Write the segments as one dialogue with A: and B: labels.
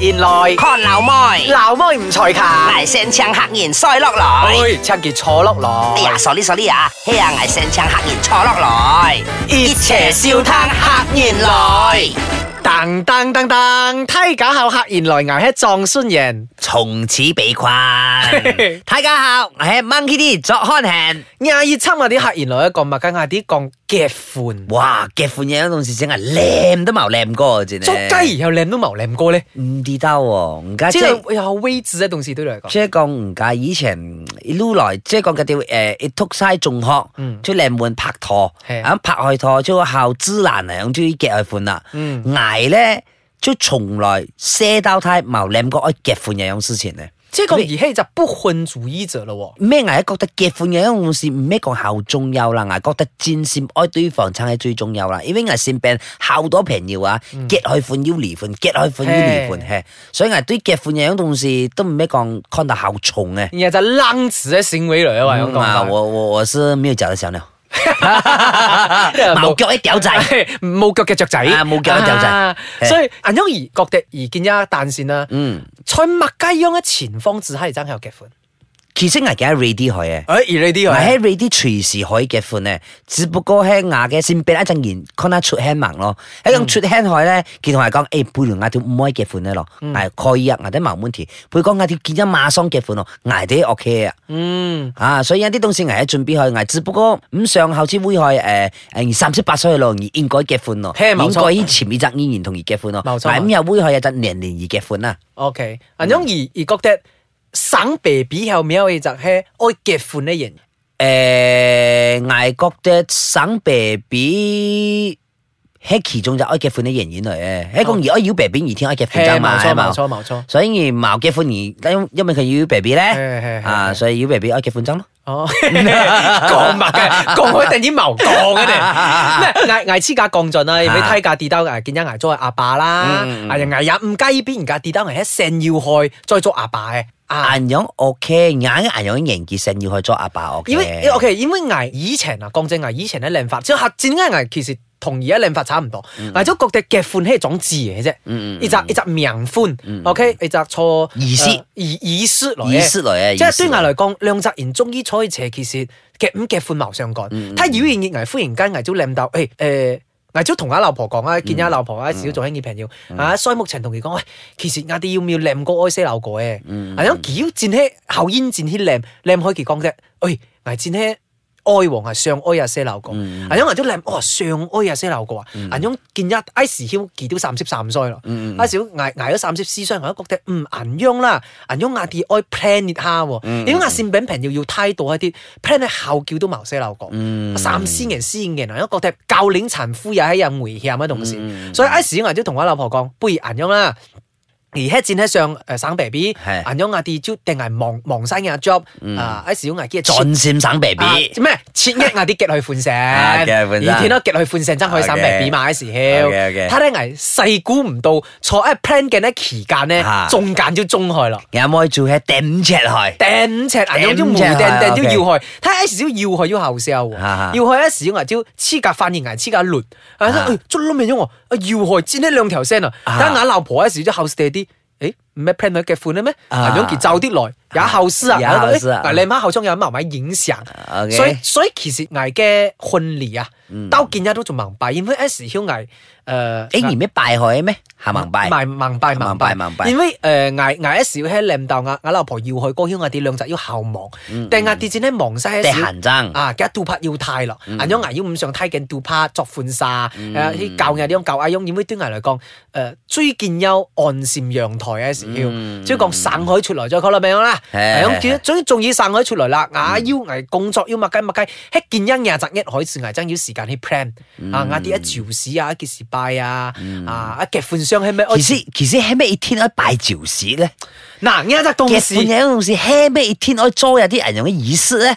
A: 現來，
B: 看老妹，
A: 鬧妹唔才勤，
B: 捱聲唱客言衰落來。
A: 哎，趁住坐落
B: 哎呀
A: 來，
B: à, ，sorry sorry à, 啊，嘿啊，捱聲唱客言錯落來。
A: 熱邪笑嘆客言來。噔噔噔噔，梯架口客言來，捱起撞酸人，
B: 從此被困。 大家好，我係 Monkey D 作看人。
A: 亞熱侵啊啲客言來一個麥梗亞啲講夾款，
B: 哇，嘅款嘢嗰陣時真係靚都冇靚過真係。
A: 捉雞又靚都冇靚過咧，
B: 唔知道喎，而家
A: 即
B: 即係
A: 係有位置啊，同事對你嚟講。
B: 即係講唔介以前一路來，即係講嘅條誒，一讀晒中學
A: 嗯，
B: 即係靚換拍拖，
A: 係
B: 咁拍開拖，即係校之難兩追結愛款啦。
A: 嗯，
B: 捱咧，即係從來射到太冇諗過愛結婚嘅樣事情咧。
A: 即係個兒戲就不婚主義者咯
B: 咩捱覺得結婚嘅一樣事唔咩講效重要啦，捱覺得戰線愛對方真係最重要啦。因為捱善病效多平要啊，結愛款要離婚，結愛款要離婚，係所以捱對結婚嘅樣東西都唔咩講看到效重嘅。
A: 喎，然後就冷子嘅行為嚟啊，我
B: 嗯啊，
A: 講
B: 我我我是沒有腳的小鳥，
A: 因為
B: 冇
A: 冇
B: 腳的屌仔，
A: 冇腳嘅雀仔，
B: 啊冇腳嘅雀仔
A: 啊
B: 嘿
A: 所以銀優兒覺得而見一彈線啦，
B: 嗯，
A: 在麥雞樣嘅前方只係爭有夾款。
B: 其實我幾 ready 佢
A: 誒，
B: 嘅。
A: 而你啲
B: 我喺 ready 隨時可以結婚咧，只不過喺牙嘅先俾一陣言，看下出輕盲咯。喺
A: 嗯
B: 咁出輕海咧，佢同我講：，誒，背完牙條唔可以結婚咧咯，
A: 嗯
B: 係可以啊，牙啲冇問題。背講牙條見咗馬上結婚咯，牙啲 OK 啊。
A: 嗯，
B: 啊，所以有啲東西牙喺準備去牙，只不過咁上後先會去誒誒三十八歲咯，而應該結婚咯，
A: 嘿冇
B: 應
A: 錯
B: 該以前面責依然同而結婚咯，
A: 冇錯
B: 嗱咁又會去有陣年年而結婚啦。
A: OK，銀優兒而覺得生 baby 後面嘅就係愛夾款嘅人，
B: 诶，外國嘅省 baby 喺其中就愛結婚嘅人演嚟嘅，喺講而愛要 baby 而天愛結婚咋
A: 係
B: 嘛，
A: 冇錯
B: 係嘛
A: 冇錯冇錯。
B: 所以冇結婚而因因為佢要 baby 咧，
A: 係係係
B: 啊，所以要 baby 愛結婚爭咯。
A: 哦，降麥嘅，降開定啲謀降嘅你，咩挨挨黐架降盡啦，你睇架跌兜挨見一挨咗係阿爸啦
B: 嗯，
A: 挨人挨也唔雞邊，而家跌兜挨一成要害，再做阿爸嘅啊。
B: 顏樣 À, OK，硬 à, 顏樣型結成要去做阿爸 à, OK。
A: 因為 OK，因為捱以前啊，講真捱以前咧靚法，即係核戰咧捱其實同而家靚法差唔多，捱咗覺得嘅款係一種字嚟嘅啫，
B: 嗯嗯嗯嗯
A: 一隻一隻名款
B: 嗯
A: ，OK，一隻呃錯
B: 意思
A: 意意思來
B: 意
A: 嘅，
B: 思嚟
A: 即係
B: 嘅，
A: 對
B: 意思
A: 捱
B: 嚟
A: 嚟講，兩隻人中意坐喺斜其實嘅五嘅款貌相干，睇妖言熱捱忽然間捱咗靚到，誒誒。捱咗同阿老婆講啊，見阿老婆啊，少做輕易平要啊，衰木陳同佢講，喂，其實我哋要唔要靚過哀些老過嘅？
B: 嗯
A: 係咁繳戰起後煙戰起靚靚開其講啫，喂，危戰起哀王係上哀啊些流過，
B: 嗯
A: 係因為都靚哦上哀啊些流過啊，係因見一 I 時曉見到三十三衰咯
B: 嗯嗯
A: ，I 時捱捱咗三十四衰，我都覺得嗯銀央啦，銀央亞啲愛 plan 一下喎，因為亞線餅平要要態度一啲 plan 喺後叫都冇些流過，
B: 嗯
A: 三思人思嘅，我都覺得教練殘夫也係有危險嘅同時，所以 I 時捱咗同我老婆講，不如銀央啦。而喺戰喺上誒省 baby，
B: 係
A: 銀央亞啲招定係忙忙生嘅 job，啊 I 時要捱幾日
B: 盡善省 baby。
A: 啊咩？切一啊啲極去款成，
B: 啊夾去款式
A: 而天都極去款成，真可以省
B: OK
A: 命比馬時曉。
B: OK，OK
A: 他咧危細估唔到，坐喺 plan 嘅呢期間咧
B: 啊，
A: 中間就中害咯。
B: 有冇做喺頂尺去？
A: 掟尺啊，有啲無
B: 掟尺
A: 掟
B: 啊
A: 掟都
B: OK
A: 要害，睇下 S 少要害要後 sell 喎，
B: 啊
A: 要害 S 少牙招黐架發現牙黐架攣，啊
B: 啊
A: 哎捉窿命咗我，啊要害煎呢兩條聲啊，
B: 啊
A: 睇下眼鬧婆 S 少後 sell 啲。誒唔係 plan 女嘅款咧咩？
B: 啊
A: 楊傑就啲來，也後思啊！
B: 也
A: 我覺得
B: 後思啊
A: 哎嗱，你媽後窗有麻麻影相，
B: OK
A: 所以所以其實捱嘅訓練啊，刀見一都仲盲拜，因為 S 曉捱誒，
B: 誒，而咩敗去咩？下盲敗。
A: 賣盲拜盲拜
B: 盲拜盲拜
A: 因為誒捱捱一少喺領導壓壓老婆要去高曉壓啲兩隻要後望，但壓啲戰咧望晒
B: 即
A: 喺少。
B: 行爭。
A: 啊！而家杜拍要太咯，銀樣牙要五上梯緊杜拍作款沙，誒啲教藝呢種教藝用，因為對牙嚟講，誒追見優岸禪陽台嘅時要，
B: 嗯
A: 即係講省海出來再講啦，咪樣啦，
B: 係
A: 係咁
B: 係
A: 總總之仲要省海出來啦，牙要捱工作要物雞物雞，一見恩廿集一海事牙真要時間去 plan，啊牙啲一潮市啊，一結時拜啊，啊一夾款商係咩？
B: 其實其實係咩一天愛拜朝市咧？
A: 嗱，呢一隻東
B: 嘅本
A: 西
B: 有東西係咩一天愛做有啲人用嘅儀式咧？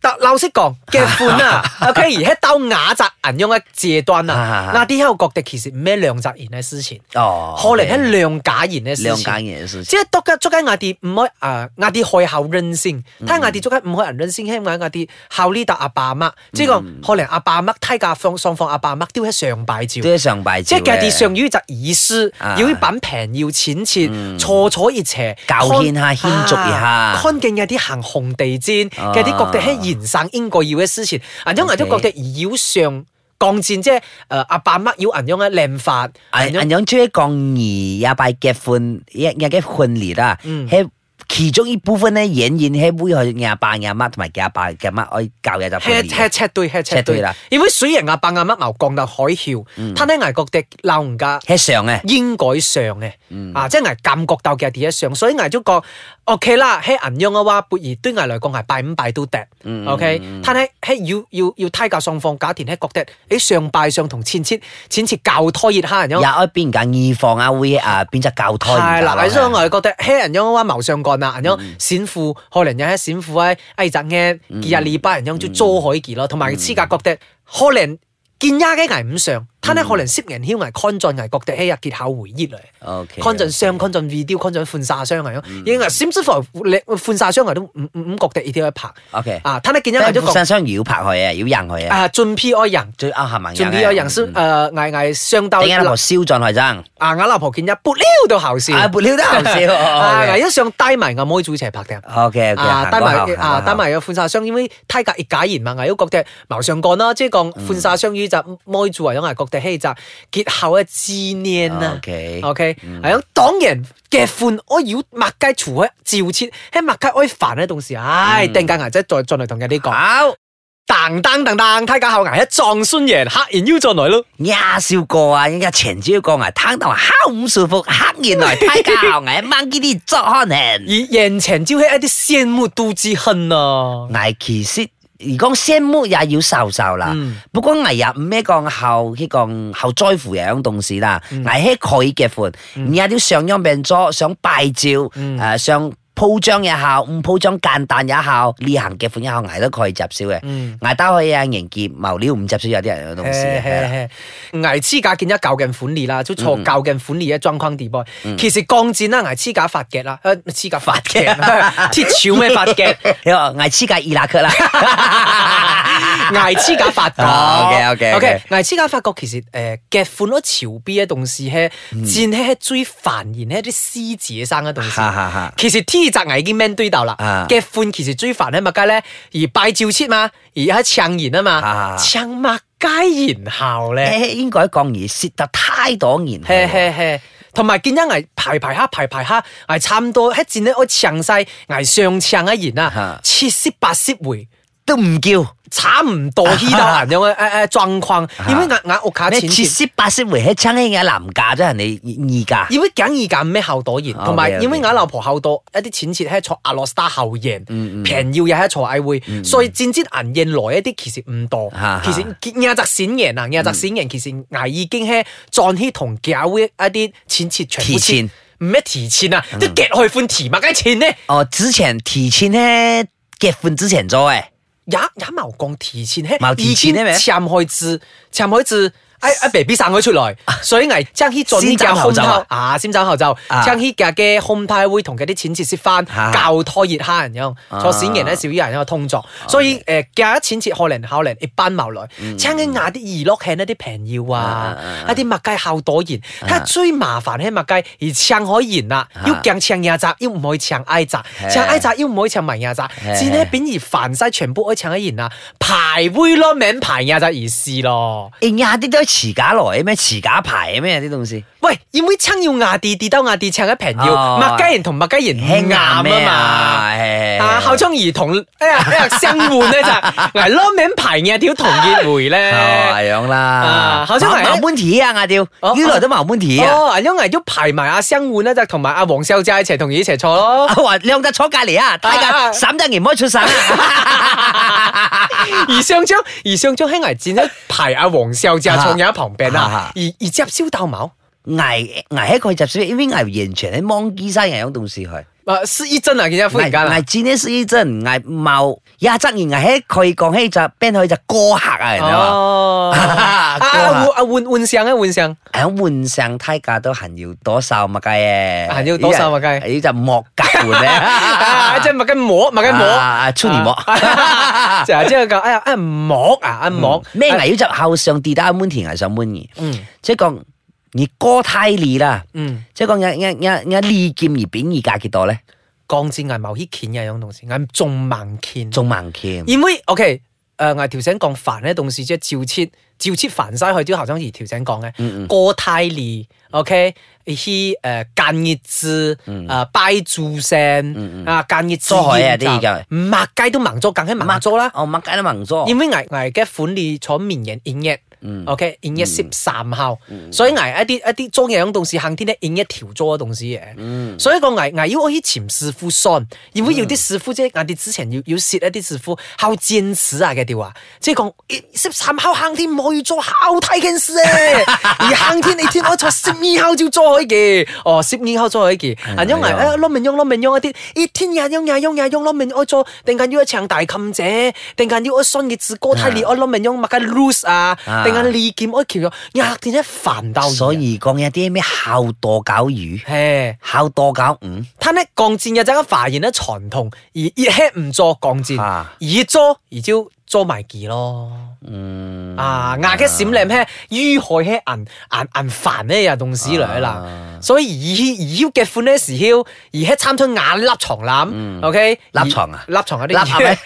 A: 老老实 讲，结婚啊，OK，而家到雅集人用一阶段 啊，
B: 啊
A: 嗱啲喺度覺得其實唔咩兩集言嘅事情，
B: 哦，
A: 可能係兩假言嘅事
B: 兩
A: 情
B: 間。嘢先。
A: 即係多家捉緊雅啲唔可以啊，雅啲可以孝任性，睇雅啲捉緊唔可以人任性，因為雅啲孝呢達阿爸阿媽，即係講可能阿爸阿媽睇架放放放阿爸阿媽丟喺上拜照。
B: 都係上拜
A: 即
B: 照
A: 係佢
B: 嘅
A: 哋上於就意思，
B: 啊
A: 要品平要淺切，錯錯熱邪，
B: 教牽下
A: 看
B: 牽逐一下
A: 啊看見有啲行紅地氈，
B: 啊
A: 嘅啲覺得喺延省英國要嘅思前，銀央
B: OK
A: 銀央覺得要上降戰，即係誒阿爸乜要銀央嘅靚法，
B: 啊，
A: 銀央
B: 人樣追講你呀啊拜結婚，一一嘅婚禮啦，
A: 嗯
B: 係其中一部分咧，演員係會去廿八廿乜同埋廿八廿乜去教嘢就婚
A: 吃吃
B: 禮嘅。
A: 赤對吃
B: 赤
A: 赤
B: 對
A: 對
B: 啦，
A: 因為水人阿爸阿乜牛降到海嘯，他呢銀覺得鬧人家。
B: 係上嘅，
A: 應該上嘅，啊，即係捱感覺到嘅第一上，所以捱咗個 OK 啦，喺銀央嘅話，撥而對捱嚟講係拜五拜都得，OK，但係喺要要要胎教雙方，假田喺覺得，誒上拜上同前切前切教拖熱蝦人
B: 又
A: 樣。
B: 喺邊間二房啊會啊邊隻教啊
A: 係
B: 胎
A: 啦，所以
B: 係
A: 我係覺得喺人樣嘅話謀上幹啦，人樣閃父可能有喺閃父喺埃澤嘅幾日禮拜人樣就做海記咯，同埋資格覺得可能見丫嘅捱唔上，但係可能攝人囂捱看盡捱覺得喺日結考回憶嚟。
B: OK。
A: con 盡傷、con 盡 video、con 盡寬殺傷嚟咯，應該甚至乎你寬殺傷嚟都唔唔唔覺得呢啲去拍
B: OK。
A: 啊！睇你見
B: 因
A: 咗
B: 為
A: 佢都
B: 本
A: 講
B: 身想要拍佢啊，要人佢啊，
A: 啊，進 P I 人，
B: 最啱合盟
A: 進
B: 人
A: P
B: 嘅。
A: I 人先
B: 嗯
A: 誒危危上到
B: 點解老婆燒盡佢真？
A: 啊！我老婆見一撥撩到後線，
B: 啊，
A: 啊！
B: 撥料都 好笑。
A: 危一上低埋我妹組一齊拍嘅。
B: O K O K，
A: 啊，帶埋啊，帶埋嘅寬殺傷，因為梯格亦解言嘛，我都覺得謀上幹啦，即係講寬殺傷於就妹住為咗我覺得希就結後嘅思念啊。
B: O K。
A: OK，係咁當然嘅款，我要麥雞除開照切，喺麥雞可以煩咧，同時，唉，定價牙仔再進嚟同人哋講，
B: 好，
A: 噔噔噔噔，睇下後牙一撞酸贏，黑然腰進來咯，
B: 廿少個啊，人家前朝個牙攤到烤唔舒服，黑原來太教牙掹呢啲作可能。
A: 而人情招起一啲羨慕妒忌恨啊！
B: 牙其實而講先木也要受受啦，不過牙也唔咩講後呢講後在乎嘅樣東西啦，牙係佢嘅款，而家啲上央病咗想拜照，誒想鋪張也好，唔鋪張簡單也好，呢行嘅款也好，牙都可以接受嘅，牙都可以啊，營結無料唔接受有啲人嘅東西
A: 嘿
B: 係啦。
A: 嘿 嘿牙黐架見一教嘅款
B: 嗯
A: 嚟啦，就錯教嘅款嚟嘅狀況地步。其實鋼戰啦，牙黐架發夾 啦，誒黐架發夾， 鐵柱咩發夾？
B: 你話牙黐架伊拉克啦，
A: 艾黐架法國
B: 啊 OK，OK，OK
A: OK，艾黐架法國其實誒嘅款咯潮 B 嘅動事係
B: 嗯
A: 戰係最繁衍係啲獅子嘅生嘅動事
B: 哈。哈哈
A: 其實 T 集危已經 man 堆到啦
B: 啊，
A: 嘅款其實最煩喺麥街咧，而拜照切嘛，而家唱言啊
B: 啊
A: 嘛，唱麥街然後咧，
B: 誒應該講而蝕得太多年，
A: 嘿嘿嘿。同埋見一危排排下排排下，危差唔多喺戰咧我唱晒危上唱一言
B: 啊
A: 啊，切涉白涉回。
B: 都唔叫。
A: 差唔多呢度人有嘅誒誒狀況，因為壓壓屋卡
B: 你
A: 錢
B: 切
A: 錢，
B: 絲白色回喺親兄嘅男價啫，人哋二價。
A: 因為揀二揀咩後朵言，
B: 啊
A: 同埋
B: OK，OK
A: 因為壓老婆後朵一啲錢錢係坐阿羅斯塔後贏，
B: 嗯
A: 平要又係坐矮會，所以戰之銀印來一啲其實唔多
B: 啊，
A: 其實亞澤閃贏啊，
B: 嗯
A: 亞澤閃贏其實牙已經係撞起同搞一啲錢錢全部
B: 提嗯錢
A: 錢，唔咩提錢啊，都夾去款提乜嘅錢呢？
B: 哦，之前提前咧結婚之前做嘅，
A: 也也冇講提前嘿
B: 冇，提前呢咩
A: 潛開字，潛開字，哎哎 baby 生咗出來，所以危將佢做呢
B: 啊先斬
A: 嘅
B: 後
A: 空
B: 奏
A: 頭
B: 啊
A: 啊，先斬後奏，
B: 啊
A: 將佢嘅嘅空胎會同佢啲錢節節翻，
B: 啊
A: 教拖熱蝦人樣，坐閃人咧少啲人有通作，所以呃誒嘅錢節可能可能一班冇來，將佢壓啲娛樂慶一啲平要啊
B: 嗯啊啊，
A: 一啲麥雞後朵鹽，睇下最麻煩係麥雞，而唱可鹽啦，啊
B: 啊
A: 要勁唱廿集，要唔可以唱挨集，唱挨集要唔可以唱埋廿集，至呢扁而凡晒全部可以唱一言啊，排會咯，名排廿集而是咯。
B: 誒呀哎啲都係持假來嘅咩，持假牌嘅咩啲東西，
A: 喂，要唔要唱要牙地地兜牙地唱一平要，
B: 哦
A: 麥雞人同麥雞人唔啱啊嘛。啊，
B: 嘛
A: 後窗兒童哎呀哎 呀相換咧就係，嗱攞名排嘅條同結 回咧。
B: 係樣哦啦，
A: 啊後生嚟
B: 冇問題啊，我屌，
A: 哦
B: 原來都冇問題啊。
A: 哦，因為要排埋阿生換咧，就同埋阿黃秀仔一齊同佢一齊坐咯
B: 啊。話兩隻坐隔離啊，大
A: 啊
B: 家
A: 啊
B: 審得唔可以出省 啊。
A: 而上張而上張喺危戰咧排阿黃秀仔坐喺旁邊
B: 啊
A: 啊，而而接燒鬥矛。
B: 危危喺佢入水，因為危完全喺芒基山人樣東西去。
A: 啊，失忆症啊，見家忽然間啊
B: 挨，战呢是一阵挨茂，廿七年挨喺佢講起就 band 佢就歌客啊，人哋
A: Ờ.
B: 話
A: 哦，啊
B: 過下
A: 啊換啊換換相啊換相，
B: 喺換上梯架都行要多手乜雞嘅，
A: 行要多手乜雞
B: 呢就莫 格換
A: 啊
B: 咧，
A: 即係麥根摸麥根
B: À,
A: 摸，
B: 啊出
A: À.
B: 年莫。
A: 就係即係講哎呀啊摸啊啊
B: Ừ.
A: 摸
B: 咩危要就後上地打滿田係上滿嘅，
A: 嗯
B: 即係講你歌太利啦，
A: 嗯，
B: 即係講有有有有利劍而扁而價幾多咧？
A: 鋼之牙某啲鉗嘅樣東西，牙仲猛鉗。
B: 仲猛劍，
A: 因为 OK，呃，ờ, 我條醒講煩呢東西即係照切照切煩晒去啲後生而條醒講嘅過太利 OK，去 ờ, 誒間熱字啊拜住聲啊間熱字
B: 做海啊啲而家
A: 麥雞都盲咗，梗係盲咗啦。
B: 哦猛雞都猛咗，
A: 因為危危嘅款你坐綿人 in 一
B: 嗯
A: ，OK in 一攝三效，所以危一啲一啲中嘅樣東西，行天咧 in 一條咗嘅東西嘅。
B: 嗯
A: 所以個危危要我啲潛師傅信，如果要啲師傅即係我哋之前要要攝一啲師傅考戰士啊嘅調啊，即係講攝三考行天唔可以做考睇件 事咧，而行天你天可以做攝二考照做可以嘅，哦攝二考做可以嘅，啊因為
B: 係啊
A: 誒攞命用攞命用一啲，咦天日用日用日用攞命我做，定緊要一唱大琴者，定緊要我信嘅字歌睇你我攞命用物嘅 lose 啊，
B: 啊
A: 定緊利劍我橋咗，日天一煩到，
B: 所以講有啲咩孝墮搞魚，
A: 誒。
B: 孝墮搞五，
A: 他呢鋼戰嘅陣發現呢傳統，而熱氣唔做鋼戰，
B: 啊
A: 而做而招做埋技咯。
B: 嗯
A: 啊，牙嘅閃亮氣，於害氣銀銀銀煩呢又動屎嚟啦
B: 啊。
A: 所以而而嘅款呢時曉，而係參吞眼粒床攬
B: 嗯
A: ，OK，
B: 粒床啊
A: 而粒床有
B: 粒
A: 啲
B: 係咪？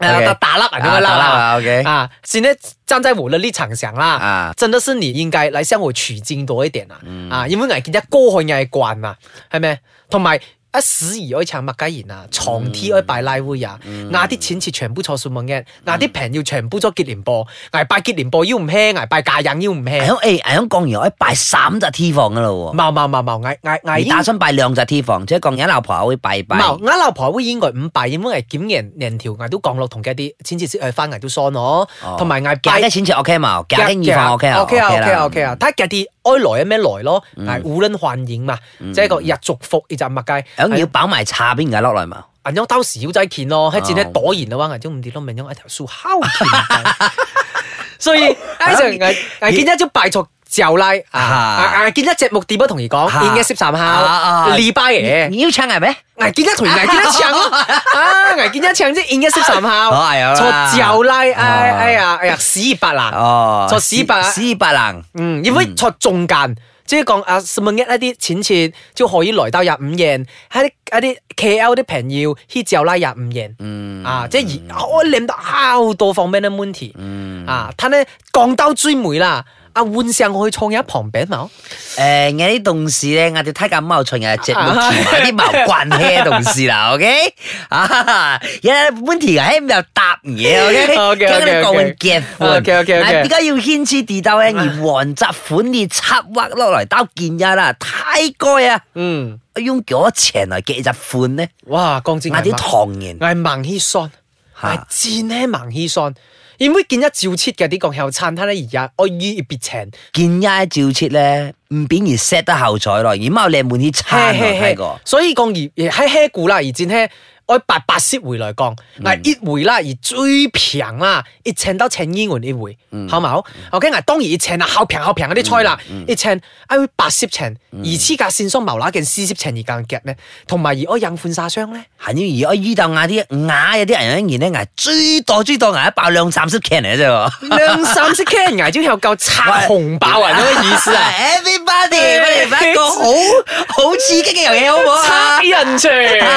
A: 誒
B: OK
A: 打粒啊，咁樣
B: 啊
A: 粒
B: 打粒
A: 啊
B: 啊，OK
A: 啊，現在站在我的立場上啦。
B: 啊，
A: 真的是你應該嚟向我取經多一點啊！
B: 嗯
A: 啊，因為危見一歌去藝慣啊，係咪？同埋一史而愛唱麥雞賢啊，床 T 愛拜拉會啊，
B: 嗯
A: 嗌啲錢切全部錯數網嘅，嗌啲平要全部咗結連播，捱拜結連播要唔輕，捱拜嫁人要唔輕，
B: 響誒響講完，我拜三隻 T 房噶啦喎。
A: 冇冇冇冇，捱捱捱
B: 你打算拜兩隻 T 房，即係講有老婆會拜拜。
A: 冇，啱老婆會應該五拜，因為檢人人條捱都降落同嘅啲錢切誒翻捱都喪咯，
B: 哦
A: 同埋捱
B: 假
A: 拜
B: 嘅。錢就 OK 嘛，假嘅二房 OK 啊
A: OK 啊，OK 啊
B: 啦
A: ，OK 啊，睇下啲愛來嘅咩來咯，係胡倫幻影嘛，即係個日族服，呢就物雞，
B: 響要飽埋茶邊嘅落嚟嘛，
A: 銀優兜時妖仔見咯，喺戰呢
B: 哦
A: 躲然嘅話，銀中唔跌咯，明咗一條樹烤甜。所以喺就銀銀見一招敗錯就拉啊，
B: 啊
A: 銀見一隻木碟都同佢講，
B: 啊
A: 現嘅攝三
B: 啊
A: 下，
B: 啊
A: 李拜嘅。
B: 你要唱係咪？
A: 危見一同危見一唱 咯，啊危見一唱即係現一攝三下，
B: 哦係啊啦
A: 錯就拉，哎哎呀哎呀屎白爛。
B: 哦，
A: 作屎白
B: 屎白能，
A: 嗯，因為在中間，即係講啊，什麼一啲錢錢就可以來到廿五円，喺啲一啲 KL 啲朋友，佢就拉廿五円
B: 嗯
A: 啊，即係而我諗到好多方面嘅問題
B: 嗯，
A: 啊，他呢講到追梅啦，啊換上我去創一旁餅冇，
B: 誒，我啲同事咧，我哋睇緊貓菜，日隻木條埋啲毛棍嘅同事啦，OK，啊，有本條喺度搭嘢 ，OK，
A: OK，OK，OK
B: 跟住講緊結婚
A: OK，OK，OK
B: 但係點解要牽扯地道咧？而黃澤款你策劃落嚟到建一啦，太該啊！
A: 嗯，
B: 用幾多錢嚟結一款咧？
A: 哇，講真
B: 嗌啲
A: 係
B: 唐人
A: 盲氣酸，
B: 嚇
A: 係戰呢盲氣酸，因為見一照切嘅啲講後餐，他呢而家我以別情。
B: 見一照切咧，唔扁而 set 得後彩咯，而貓靚滿啲餐我睇過。
A: 所以講而喺嘿股啦，而戰嘿，我八八折回來講，嗱一回啦，而最平啦，一千到千一元一回，好冇？OK，嗱當然一千啦，好平好平嗰啲菜啦，一千啊會八十千，而黐架線索毛乸件四十千而間夾咧，同埋而我印款沙箱咧，
B: 行咗而我遇到嗌啲牙有啲人一然咧，嗌最多最多嗌一爆兩三十 can 嚟嘅啫 喎。
A: 兩三色 can 牙椒又夠拆紅爆 啊！咁嘅意思啊！
B: ！Everybody，我哋發一個好好刺激嘅遊戲，好唔好啊
A: 拆？人情。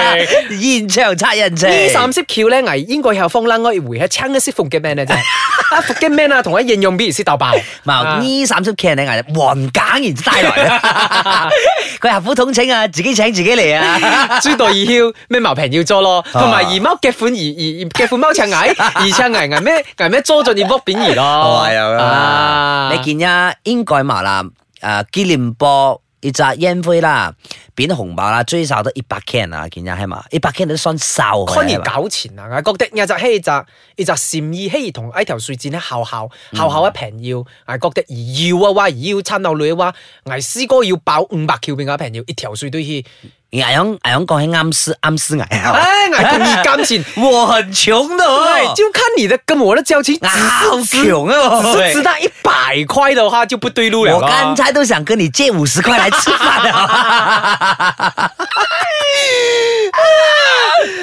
B: 現場測人啫。
A: 呢三色橋咧，危英國後方啦，我要回喺撐一色伏嘅 man 咧啫， 啊伏嘅 man 啊，同我應用 B 先鬥爆，啊
B: 嗱，呢三出劇你嗌黃簡然帶 來， 佢合府統請啊，自己請自己嚟啊。
A: 啊豬代二囂咩茅平要捉 咯，同埋二貓嘅款而而嘅款貓撐危，而撐危危咩危咩捉盡要剝扁兒咯，
B: 哦係啊
A: 啊
B: 呃你見呀，應該嘛啦，誒、紀念波。一隻煙灰啦，扁紅吧啦，追少到一百 can 啊，見呀係嘛？一百 can 都算少嘅
A: 可以
B: 係嘛
A: 搞錢啊！我覺得有隻希就有隻善意希同呢條水戰咧後後後後一平要，我覺得而要啊話而要參到女話，危師哥要爆五百橋邊嘅平要，一條水都去，
B: 牙樣牙樣講起啱思啱思牙啊！哎
A: 唉，我故意監錢。
B: 我很窮的
A: 对，
B: 哦，
A: 就看你的跟我的交情，只
B: 啊
A: 是
B: 好窮啊！
A: 只 是
B: 喂
A: 值到一百塊的話就不對路了
B: 我
A: 啦。
B: 刚才都想跟你借五十块来吃饭啊 了。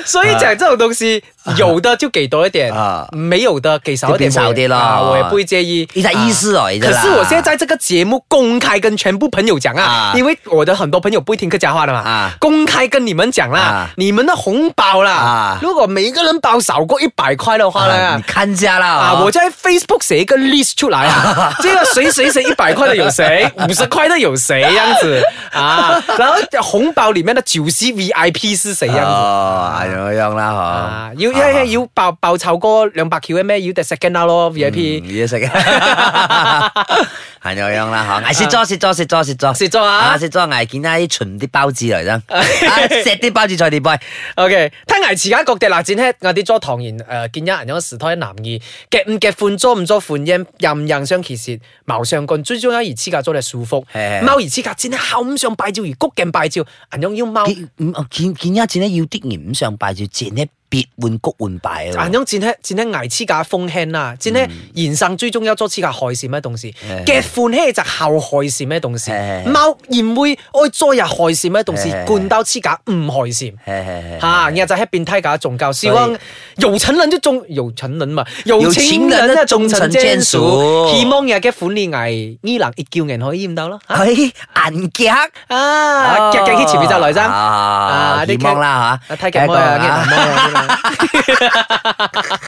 A: 所以讲这种东西，有的就给多一点
B: 啊，
A: 没有的给少一点，
B: 就变少啲咯
A: 啊我也不会介意。
B: 一下意思哦
A: 啊
B: 一下
A: 可
B: 啦
A: 是我现在在这个节目公开跟全部朋友讲啊
B: 啊，
A: 因为我的很多朋友不会听客家话的嘛
B: 啊，
A: 公开跟你们讲啦
B: 啊，
A: 你们的红包啦
B: 啊，
A: 如果每一个人包少过一百块的话
B: 啊
A: 呢
B: 你，看家啦
A: 啊，我在 Facebook 写一个 list 出来啊，这个谁谁谁一百块的有谁，五十块的有谁，这样子啊，然后红包里面的九十 VIP 是谁，这样子。
B: 哦，係咁樣啦，嗬、哦
A: 啊，要要要要爆爆臭哥兩百橋嘅咩？要 the second round 咯 VIP，
B: 嗯嘢食，係咁樣啦，嗬，食咗食咗食咗食咗
A: 食咗啊
B: 啊，食咗捱見啦啲存啲包子嚟啦，啊食啲包子菜啲 boy，
A: OK，睇牙齒間各地辣展吃，我啲做唐人誒見一人有時胎男兒，夾唔夾款做唔做款音，任人相其舌，謀上棍，最重要而黐架做你舒服，
B: 係
A: 貓而黐架展喺口上拜照而谷鏡拜照，人用要貓。
B: 見唔見見一戰咧要啲鹽上拜住，戰咧別換谷換拜啊
A: 眼。中戰喺戰喺危痴架啊風輕啦，戰喺人生最終有咗痴架害是咩東西？
B: 嗯
A: 嘅歡喜就後害是咩東西？
B: 嗯
A: 貓然會愛災日害是咩東西？
B: 嗯
A: 灌到痴架唔害是。
B: 嘿嘿嘿
A: 啊，然後就喺變態架仲教希
B: 所以
A: 望有錢人就中有錢人嘛，有
B: 有
A: 錢
B: 錢人
A: 人
B: 就
A: 就中層
B: 中層
A: 間
B: 間
A: 數，
B: 數
A: 希望日嘅款呢危，呢能一叫人可以驗到咯。啊
B: 哎，銀夾
A: 啊，夾夾喺前面就來爭。啊
B: 哦啊，
A: 你
B: 希望啦嚇，
A: 啊睇劇妹啊，
B: 睇一
A: 夾妹
B: 個
A: 啊。